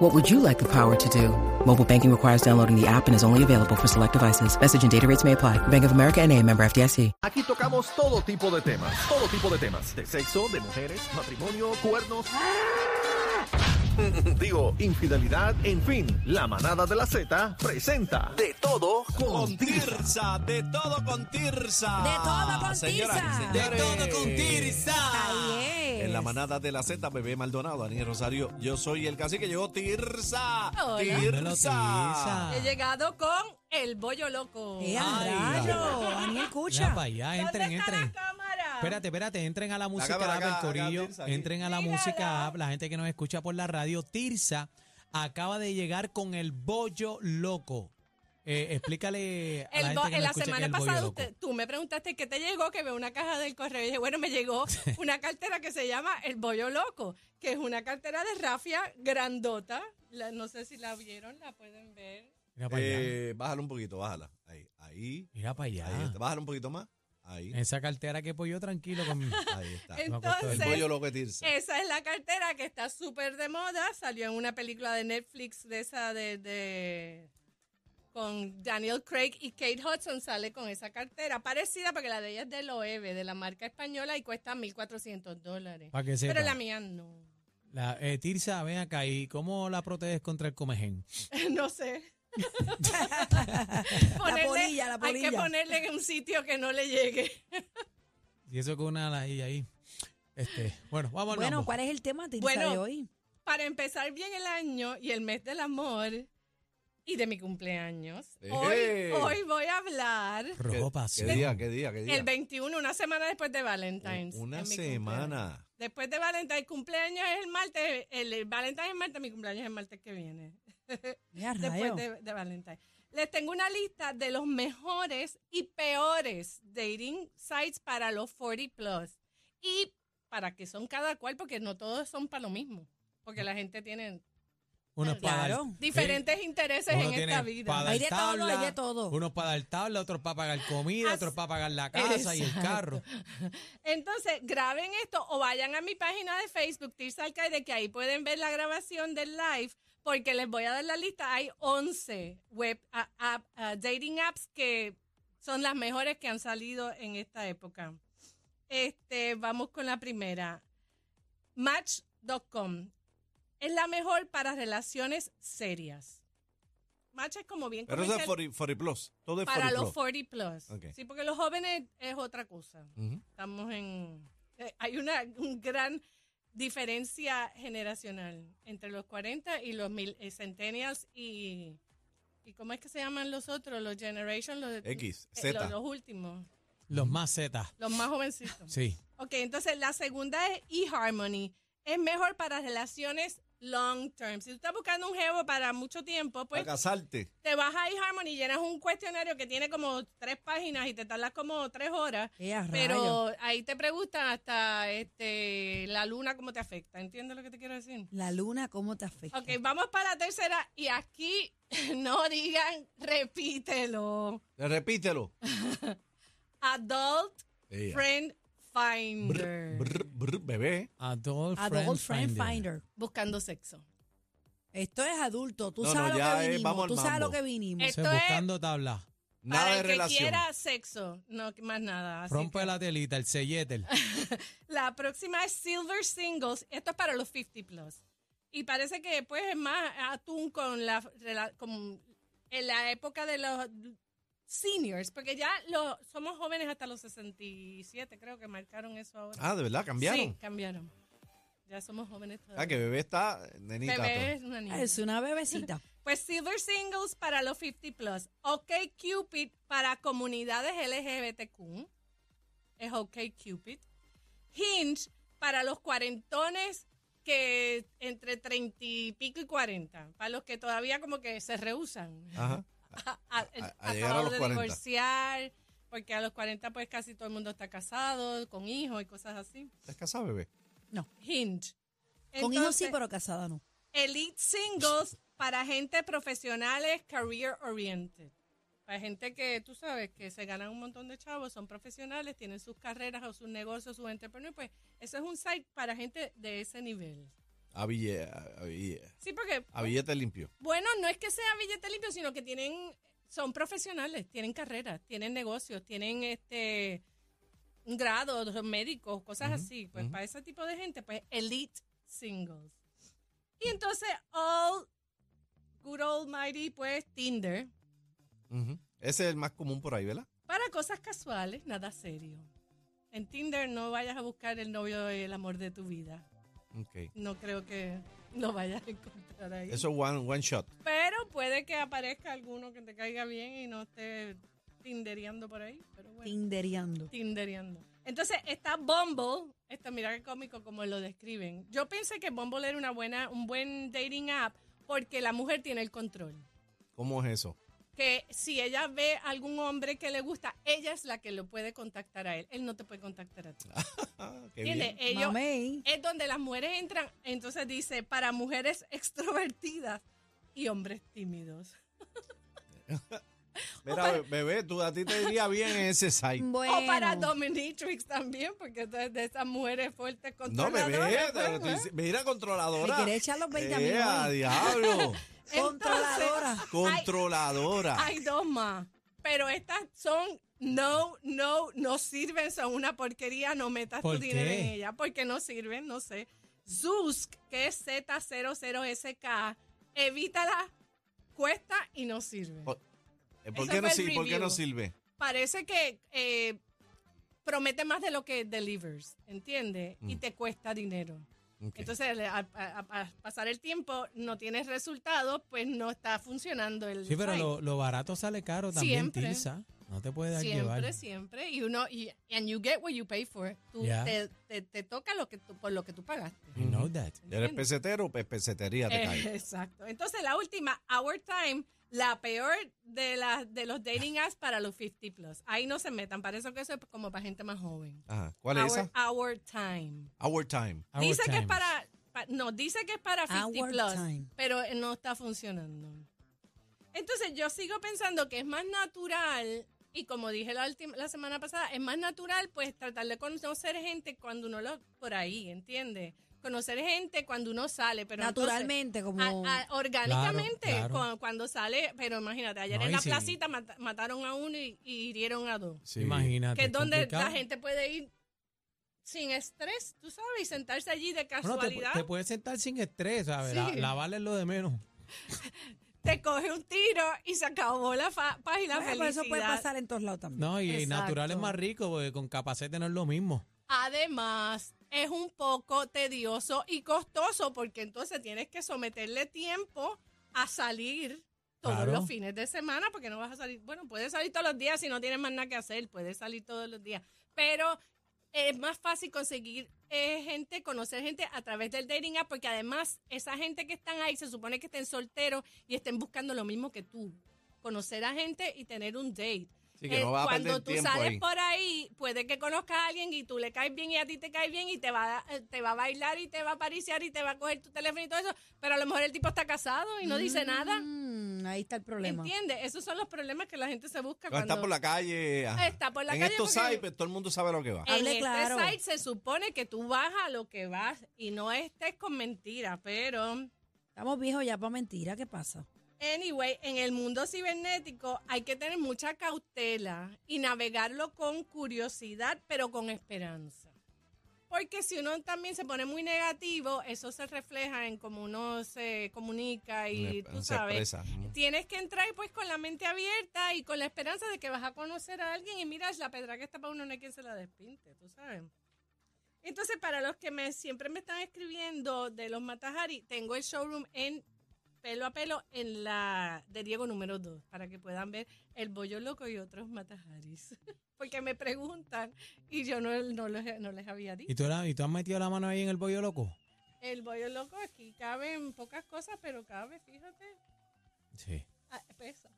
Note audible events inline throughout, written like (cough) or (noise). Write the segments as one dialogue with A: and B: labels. A: What would you like the power to do? Mobile banking requires downloading the app and is only available for select devices. Message and data rates may apply. Bank of America and a member FDIC.
B: Aquí tocamos todo tipo de temas, todo tipo de temas, de sexo, de mujeres, matrimonio, cuernos, (laughs) digo, infidelidad, en fin, la manada de la Z presenta de todo con
C: con Tirsa, de todo con Tirsa.
D: De todo con
C: Señoras y señores.
D: Tirsa.
E: De todo con Tirsa.
D: Ahí es.
C: En la manada de la Z, bebé Maldonado, Daniel Rosario. Yo soy el cacique, llegó Tirsa.
D: Hola.
E: Dímelo,
C: Tirsa.
E: Tirsa.
D: He llegado con el bollo loco.
E: Eh,
D: Ay,
E: rayo,
D: Daniel,
E: Mira para allá,
D: ¿Dónde está
E: entren, entren.
D: la cámara?
E: Espérate, espérate, entren a la música
C: cámara
E: app,
C: acá,
E: el corillo,
C: acá, Tirsa, aquí.
E: entren a la
D: Mírala.
E: música app, la gente que nos escucha por la radio, Tirsa acaba de llegar con el bollo loco. Eh, explícale a
D: El
E: la
D: bo-
E: gente que
D: en
E: nos
D: la
E: escucha qué
D: semana
E: es el bollo
D: pasada
E: loco.
D: usted- tú me preguntaste qué te llegó, que veo una caja del correo. Y dije, bueno, me
E: (laughs)
D: llegó una cartera que se llama el bollo loco, que es una cartera de rafia grandota. La- no sé si la vieron, la pueden ver.
E: Mira para allá.
C: Eh, bájala un poquito, bájala. Ahí, ahí.
E: Mira para allá.
C: ahí está. Bájala un poquito más. Ahí,
E: Esa cartera que pollo tranquilo
D: (laughs)
E: conmigo.
C: ahí está.
E: me acostó
D: Entonces,
C: El pollo loco de Tirsa.
D: Esa es la cartera que está súper de moda. Salió en una película de Netflix de esa de, de- con Daniel Craig y Kate Hudson sale con esa cartera parecida porque la de ella es de Loewe, de la marca española y cuesta 1400 dólares.
E: Para que sepa.
D: Pero la mía no. (laughs)
E: La- eh, Tirsa, ven acá y cómo la proteges contra el comején.
D: No sé.
F: (laughs) polilla, la
D: Hay que
F: polilla.
D: ponerle en un sitio que no le llegue.
E: Y eso con una ahí, ahí. Este, bueno, vamos al mambo.
F: Bueno, ¿cuál es el tema Tirsa,
D: pues. Bueno.
F: de hoy?
D: Para empezar bien el año y el mes del amor y de mi cumpleaños, hoy,
C: Ejé.
D: hoy voy a hablar
C: ¿Qué-
E: Rojo pasión.
C: ¿Qué día, qué día, qué día?
D: El 21, una semana después de Valentine's.
C: Una
D: es mi cumpleaños.
C: semana.
D: Después de Valentine's, cumpleaños es el martes, el, el Valentine's es el martes, mi cumpleaños es el martes que viene.
F: Mira,
D: Después
F: rayo.
D: de, de Valentine's. Les tengo una lista de los mejores y peores dating sites para los 40 plus. Y para que son cada cual, porque no todos son para lo mismo. Porque la gente tiene
E: Uno es para dar-
F: Claro.
D: diferentes intereses
E: Uno
D: en
E: tiene
D: esta vida.
E: pa' dar
F: Hay de todo,
E: tabla,
F: hay de todo.
E: Uno para dar tabla, otro para pagar comida,
D: Así-
E: otro para pagar la casa y el
D: Exacto.
E: carro.
D: Entonces, graben esto o vayan a mi página de Facebook, Tirsa Alcaide, que ahí pueden ver la grabación del live, porque les voy a dar la lista. Hay 11 web, a- app- a dating apps que son las mejores que han salido en esta época. Este, vamos con la primera. Match.com es la mejor para relaciones serias. Match es como bien
C: Pero eso es
D: comercial
C: 40, 40 plus. Todo es
D: para
C: 40
D: los
C: plus.
D: 40 plus.
C: Ok.
D: Sí, porque los jóvenes es otra cosa.
C: Ujú.
D: Estamos en. eh, hay una un gran diferencia generacional entre los 40 y los mil, eh, centennials y. ¿Y cómo es que se llaman los otros? Los generation, los.
C: X,
D: eh,
C: Z.
D: los, los últimos,
E: Los más zetas.
D: los más jovencitos.
E: Sí.
D: Ok, entonces la segunda es eHarmony. Es mejor para relaciones long term. Si tú estás buscando un jevo para mucho tiempo, pues
C: Para casarte.
D: te vas a iHarmony y llenas un cuestionario que tiene como tres páginas y te tardas como tres horas.
F: Ea, rayo.
D: Pero ahí te preguntan hasta este, la luna cómo te afecta. ¿Entiendes lo que te quiero decir?
F: La luna, ¿cómo te afecta?
D: Ok, vamos para la tercera. Y aquí (laughs) no digan, repítelo. (laughs)
C: Repítelo.
D: Adult
C: Ella.
D: Friend Finder.
C: Brr, brr, brr, bebé.
E: Adult,
F: Adult
E: Friend
F: Friend Finder.
D: Buscando sexo.
F: Esto es adulto. Tú
C: No, no,
F: sabes
C: ya
F: lo que
C: es-
F: vinimos.
C: vamos al
F: Tú sabes
C: mambo.
F: lo que vinimos.
D: Eh,
E: Entonces,
D: Esto es-
E: buscando tabla.
C: Nada
D: para
C: de
D: el que
C: relación.
D: quiera sexo. No, más nada. Así
E: Rompe
D: que-
E: la telita, el sellete.
D: La próxima es Silver Singles. Esto es para los 50 plus. Y parece que pues es más atún con la rela- con- en la época de los seniors, porque ya los somos jóvenes hasta los 67, creo que marcaron eso ahora.
C: Ah, de verdad,
D: Sí,
C: cambiaron.
D: cambiaron. Ya somos jóvenes todavía.
C: Ah, pues. que bebé está nenita.
D: Bebé es una niña.
F: Es
D: (laughs)
F: una bebecita.
D: Pues Silver Singles para los 50 plus. OK Cupid para comunidades LGBTQ. Es OK Cupid. Hinge para los cuarentones que entre 30 y pico y 40. Para los que todavía como que se rehusan.
C: Ajá.
D: (laughs) A- a-
C: Ah, a llegar a
D: acabado
C: los
D: de
C: 40.
D: divorciar, Porque a los 40 pues casi todo el mundo está casado, con hijos y cosas así.
C: ¿Estás casada, bebé?
D: Hinge.
F: Con hijos sí,
D: Entonces,
F: pero casada no.
D: Elite Singles para gente profesionales career oriented. Para gente que tú sabes que se ganan un montón de chavos, son profesionales, tienen sus carreras o sus negocios, sus entrepreneurs, pues eso es un site para gente de ese nivel.
C: A billete, a billete.
D: Sí, porque
C: A billete limpio.
D: bueno, no es que sea billete limpio, sino que tienen son profesionales, tienen carreras, tienen negocios, tienen este un grado, son médicos, cosas así. Pues para ese tipo de gente, pues elite singles. Y entonces all good almighty, pues Tinder
C: Ujú. Ese es el más común por ahí, ¿verdad?
D: para cosas casuales, nada serio. En Tinder no vayas a buscar el novio y el amor de tu vida.
C: Ok.
D: No creo que lo vayas a encontrar ahí.
C: Eso es one, one shot.
D: Pero puede que aparezca alguno que te caiga bien y no esté tindereando por ahí. Pero bueno,
F: Tindereando.
D: tindereando. Entonces está Bumble. Esto, mira qué cómico como lo describen. Yo pensé que Bumble era una buena, un buen dating app porque la mujer tiene el control.
C: ¿Cómo es eso?
D: Que si ella ve a algún hombre que le gusta, ella es la que lo puede contactar a él. Él no te puede contactar a ti.
C: Ah, qué
D: ¿Entiendes?
C: bien.
D: Ellos,
F: Mamey.
D: es donde las mujeres entran. Entonces dice, para mujeres extrovertidas y hombres tímidos.
C: Mira, be- bebé, tú a ti te iría bien en ese site.
F: Bueno.
D: O para Dominatrix también, porque de, de esas mujeres fuertes
C: No,
D: controladoras.
C: bebé,
D: pues,
C: pero tú
D: ¿eh?
C: dices- mira, controladora.
F: Me quiere echar los 20
C: Eh,
F: mil
C: a
F: hoy.
D: (laughs)
C: diablo.
F: Controladora.
C: Controladora.
D: Hay dos más, pero estas son no, no, no sirven, son una porquería, no metas
E: ¿Por
D: tu dinero
E: qué?
D: en ella, porque no sirven, no sé. Zusk, que es Z00SK, evítala, cuesta y no sirve.
C: Por- Eh, ¿Por
D: Eso
C: qué, no,
D: fue el
C: sir- ¿Por qué no
D: review.
C: sirve?
D: Parece que eh, promete más de lo que delivers, ¿entiendes? Y
C: Mm.
D: te cuesta dinero.
C: Ok.
D: Entonces, le- a- a- a- a pasar el tiempo, no tienes resultados, pues no está funcionando el
E: Sí, pero
D: site.
E: lo, lo barato sale caro también,
D: Siempre.
E: Tirsa. No te puedes dar llevar.
D: siempre, siempre. Y uno, y, and you get what you pay for. Tú
E: Yeah.
D: te, te- te toca lo que tú- por lo que tú pagaste.
E: You know that.
C: ¿Eres
D: ¿entiendes?
C: pesetero? Pues pesetería te
D: Eh, (laughs)
C: cae.
D: Exacto. Entonces, la última, Our Time, la peor de, las de los dating apps para los 50 plus. Ahí no se metan. Para eso que eso es como para gente más joven.
C: Ajá. ¿Cuál
D: our,
C: es esa?
D: Our Time.
C: Our Time.
E: Our
D: dice que
E: time.
D: es para, pa- no dice que es para 50
F: Our
D: plus
F: time.
D: pero eh, no está funcionando entonces yo sigo pensando que es más natural y como dije la, ultim- la semana pasada es más natural pues tratar de conocer gente cuando uno lo por ahí ¿entiendes? conocer gente cuando uno sale (laughs) pero entonces-
F: Naturalmente, como.
D: a- a- orgánicamente
E: Claro, claro.
D: cu- cuando sale pero imagínate ayer
E: No,
D: en
E: y
D: la
E: sí.
D: placita mat- mataron a uno y, y hirieron a dos
C: Sí.
E: Imagínate.
D: que es donde
E: complicado.
D: la gente puede ir sin estrés, tú sabes, y sentarse allí de
E: Bueno, te, pu-
D: casualidad.
E: te puedes sentar sin estrés, ¿sabes? La,
D: Sí.
E: la bala es lo de menos.
D: te, coge un tiro y se acabó la fa- paz y la
F: Bueno, pero
D: felicidad.
F: eso puede pasar en todos lados también.
E: No, y
D: Exacto.
E: natural es más rico, porque con capacete no es lo mismo.
D: Además, es un poco tedioso y costoso porque entonces tienes que someterle tiempo a salir todos
E: Claro.
D: los fines de semana porque no vas a salir. Bueno, puedes salir todos los días si no tienes más nada que hacer, puedes salir todos los días. Pero es más fácil conseguir eh, gente, conocer gente a través del dating app porque además esa gente que están ahí se supone que estén solteros y estén buscando lo mismo que tú. Conocer a gente y tener un date.
C: Sí, que
D: Eh,
C: no vas a
D: cuando
C: perder
D: tú
C: tiempo
D: sales
C: ahí.
D: por ahí, puede que conozcas a alguien y tú le caes bien y a ti te caes bien y te va, a- te va a bailar y te va a pariciar y te va a coger tu teléfono y todo eso, pero a lo mejor el tipo está casado y no dice nada.
F: Mm, ahí está el problema.
D: ¿Entiendes? Esos son los problemas que la gente se busca
C: Cuando
D: cuando
C: está por la calle. ajá.
D: Está por la
C: en
D: calle
C: estos
D: porque-
C: sites, pues, todo el mundo sabe a lo que va.
F: Eh,
D: en
F: Hable
D: este
F: claro.
D: site se supone que tú vas a lo que vas y no estés con mentiras, pero
F: Estamos viejos ya para mentira. ¿Qué pasa?
D: Anyway, en el mundo cibernético hay que tener mucha cautela y navegarlo con curiosidad, pero con esperanza. Porque si uno también se pone muy negativo, eso se refleja en cómo uno se comunica y tú
C: Se
D: sabes.
C: expresa. Mm.
D: Tienes que entrar pues con la mente abierta y con la esperanza de que vas a conocer a alguien y miras la pedra que está para uno no hay quien se la despinte, tú sabes. Entonces, para los que me siempre me están escribiendo de los Matajari, tengo el showroom en pelo a pelo en la de Diego número 2 para que puedan ver el bollo loco y otros Matajaris. (laughs) Porque me preguntan y yo no, no, los- no les había dicho.
E: ¿Y tú, la- y tú has metido la mano ahí en el bollo loco?
D: El bollo loco aquí caben pocas cosas, pero cabe, fíjate,
E: Sí.
D: Ah, pesa.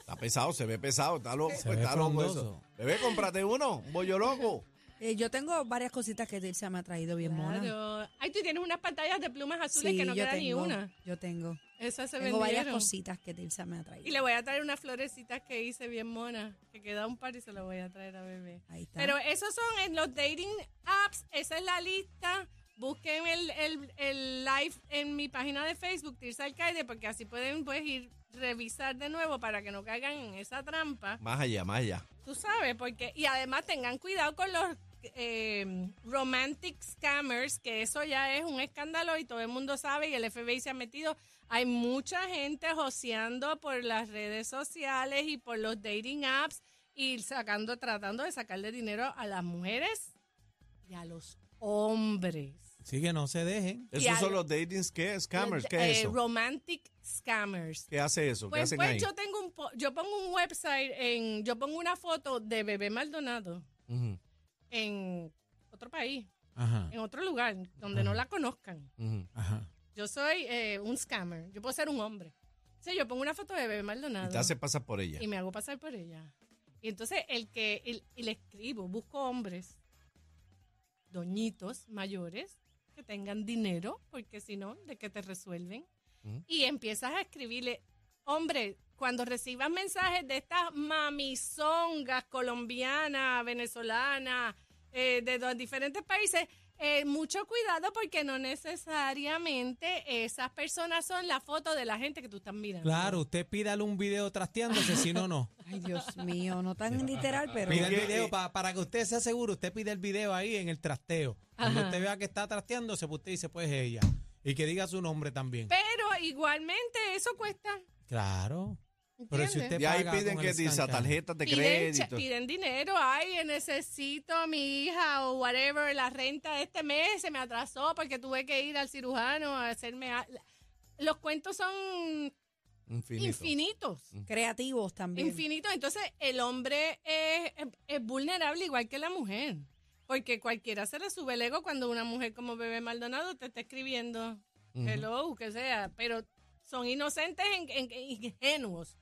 C: Está pesado, se ve pesado, está loco, pues,
E: Se ve
C: está loco eso.
E: frondoso.
C: Bebé, cómprate uno, un bollo loco.
F: Eh, yo tengo varias cositas que Tirsa me ha traído bien mona.
D: Claro. Ay, tú tienes unas pantallas de plumas azules
F: Sí,
D: que no
F: yo
D: queda ni
F: tengo,
D: una.
F: Yo tengo.
D: Esas se
F: Tengo varias
D: vendieron.
F: cositas que Tirsa me ha traído.
D: Y le voy a traer unas florecitas que hice bien monas, que queda un par y se lo voy a traer a bebé.
F: Ahí está.
D: Pero esos son en los dating apps, esa es la lista. Busquen el, el- el live en mi página de Facebook, Tirsa Alcaide, porque así pueden pues ir revisar de nuevo para que no caigan en esa trampa.
C: Más allá, más allá.
D: Tú sabes, porque. Y además tengan cuidado con los eh, romantic scammers, que eso ya es un escándalo y todo el mundo sabe y el FBI se ha metido. Hay mucha gente joseando por las redes sociales y por los dating apps y sacando, tratando de sacarle dinero a las mujeres y a los hombres.
E: Así que no se dejen.
C: Esos
D: al-
C: son los datings, ¿qué? Scammers,
D: Los,
C: ¿qué es
D: eh,
C: eso?
D: Romantic scammers.
C: ¿Qué hace eso? ¿Qué
D: Pues,
C: hacen
D: pues
C: ahí?
D: yo tengo un po- yo pongo un website en yo pongo una foto de bebé Maldonado
C: Ujú,
D: en otro país,
E: Ajá.
D: en otro lugar, donde no la conozcan.
C: ujú.
E: Ajá.
D: Yo soy eh, un scammer. Yo puedo ser un hombre. O sea, yo pongo una foto de Bebé Maldonado
C: Y te hace pasar por ella.
D: y me hago pasar por ella. Y entonces el que el- y le escribo, busco hombres, doñitos mayores que tengan dinero, porque si no, de que te resuelven.
C: Ujú.
D: Y empiezas a escribirle, hombre, cuando recibas mensajes de estas mamizongas colombianas, venezolanas, eh, de los diferentes países, eh, mucho cuidado porque no necesariamente esas personas son la foto de la gente que tú estás mirando.
E: Claro, usted pídale un video trasteándose, si no, no.
F: Ay, Dios mío, no tan literal, pero.
E: Pide
C: Porque,
E: el video
C: eh,
E: pa- para que usted sea seguro. Usted pide el video ahí en el trasteo. Cuando usted vea que está trasteándose, pues usted dice, pues ella. Y que diga su nombre también.
D: Pero igualmente eso cuesta.
E: Claro. Pero si
D: ¿entiendes?
E: usted
C: Y ahí
E: paga
C: piden
E: con
C: que
E: el
C: dice
E: scan card.
C: tarjetas de
D: Piden, cha-
C: crédito.
D: piden dinero, ay, eh, necesito a mi hija o whatever, la renta de este mes se me atrasó porque tuve que ir al cirujano a hacerme... a- Los cuentos son
C: Infinito.
D: infinitos.
F: Creativos también.
D: Infinito. Entonces, el hombre es, es- es vulnerable igual que la mujer. Porque cualquiera se le sube el ego cuando una mujer como Bebé Maldonado te está escribiendo hello, que sea. Pero son inocentes en, en- en- ingenuos.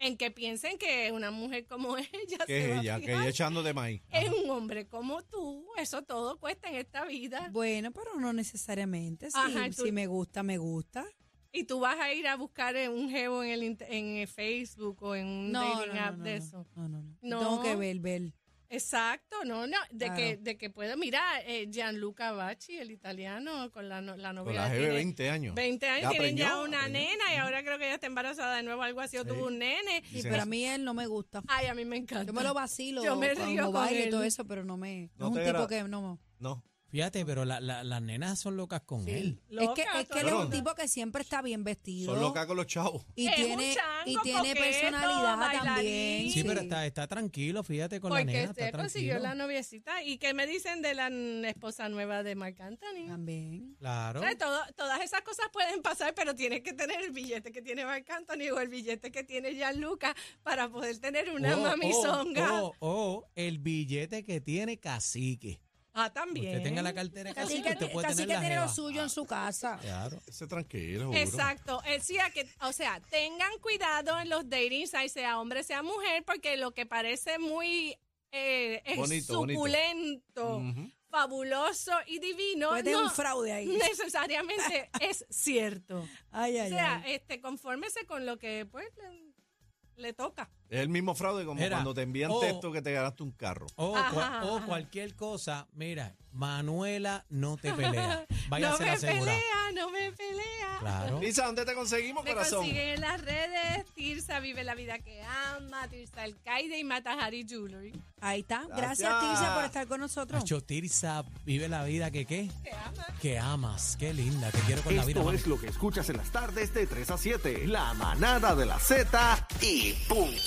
D: En que piensen que una mujer como (laughs) ella
C: Que
D: se va
C: es
D: a
C: ella, que
D: fijar
C: ella echando de maíz.
D: en un hombre como tú. Eso todo cuesta en esta vida.
F: Bueno, pero no necesariamente. Si,
D: Ajá, tú-
F: si me gusta, me gusta.
D: Y tú vas a ir a buscar eh, un jevo en el, inter- en el Facebook o en un
F: No, no,
D: dating
F: no,
D: app
F: no,
D: de
F: no.
D: eso.
F: No, no, no.
D: No.
F: Tengo que ver, ver.
D: Exacto, no, no, de
F: Claro.
D: que de que puedo, mira, eh, Gianluca Bacci, el italiano, con la, no- la
C: Con
D: novia.
C: la
D: tiene
C: jefe 20 años.
D: 20 años,
C: Ya
D: tienen ya
C: preñó,
D: una
C: preñó.
D: nena y ahora creo que ella está embarazada de nuevo, algo así, o tuvo un nene.
F: Sí,
C: Sí.
F: pero a mí él no me gusta.
D: Ay, a mí me encanta.
F: Yo me lo vacilo.
D: Ah, Yo me
F: cuando
D: río con
F: bailo y
D: él.
F: todo eso, pero no me.
C: No
F: es un
C: te
F: tipo
C: gra-
F: que no.
C: No.
E: Fíjate, pero la- la- las nenas son locas con él.
F: Es que,
D: Loca,
F: es que él es
C: todo.
F: un tipo que siempre está bien vestido.
C: Son locas con los chavos.
F: Y
D: Es un
F: tiene, y
D: chango,
F: tiene
D: coqueto,
F: personalidad también.
D: bailarín.
E: Sí,
D: Sí.
E: pero está, está tranquilo, fíjate con la
D: Porque
E: nena. Está
D: se consiguió
E: tranquilo.
D: la noviecita. ¿Y qué me dicen de la n- esposa nueva de Marc Anthony?
F: También.
E: Claro.
D: O sea, todo- todas esas cosas pueden pasar, pero tienes que tener el billete que tiene Marc Anthony o el billete que tiene Gianluca para poder tener una
E: O- o-
D: mamizonga.
E: O, o oh, el billete que tiene cacique.
D: Ah, también.
E: Usted tenga la cartera de
F: Casi
E: cacique,
F: que,
E: usted puede
F: casi
E: tener
F: que
E: la
F: tiene lo
E: jeva.
F: suyo en su casa.
E: Claro.
C: Ese tranquilo, seguro.
D: Exacto, decía que, o sea, tengan cuidado en los dating sites, sea hombre, sea mujer, porque lo que parece muy eh, es
C: Bonito, bonito.
D: suculento,
C: Ujú.
D: fabuloso y divino,
F: Puede
D: no
F: un fraude ahí. (laughs)
D: necesariamente es cierto.
F: Ay,
D: O
F: ay,
D: sea,
F: ay.
D: este, confórmese con lo que pues le, le toca.
C: Es el mismo fraude como
E: Mira,
C: cuando te envían
E: o-
C: texto que te ganaste un carro.
E: O,
D: Ajá,
E: cua- o
D: ajá.
E: cualquier cosa. Mira, Manuela no te pelea. Vaya
D: no
E: a ser
D: me
E: asegurada.
D: pelea, no me pelea.
E: Claro.
C: Lisa, ¿dónde te conseguimos,
D: Me
C: corazón?
D: consiguen en las redes, Tirsa vive la vida que ama, Tirsa Alcaide y Matahari Jewelry.
F: Ahí está. Gracias,
C: Gracias.
F: Tiza, por estar con nosotros.
E: Nacho Tirsa vive la vida que qué?
D: Te ama.
E: Que amas. Qué linda. Te quiero con la vida.
B: Esto
E: mami.
B: es lo que escuchas en las tardes de 3 a 7, la manada de la Z y punto.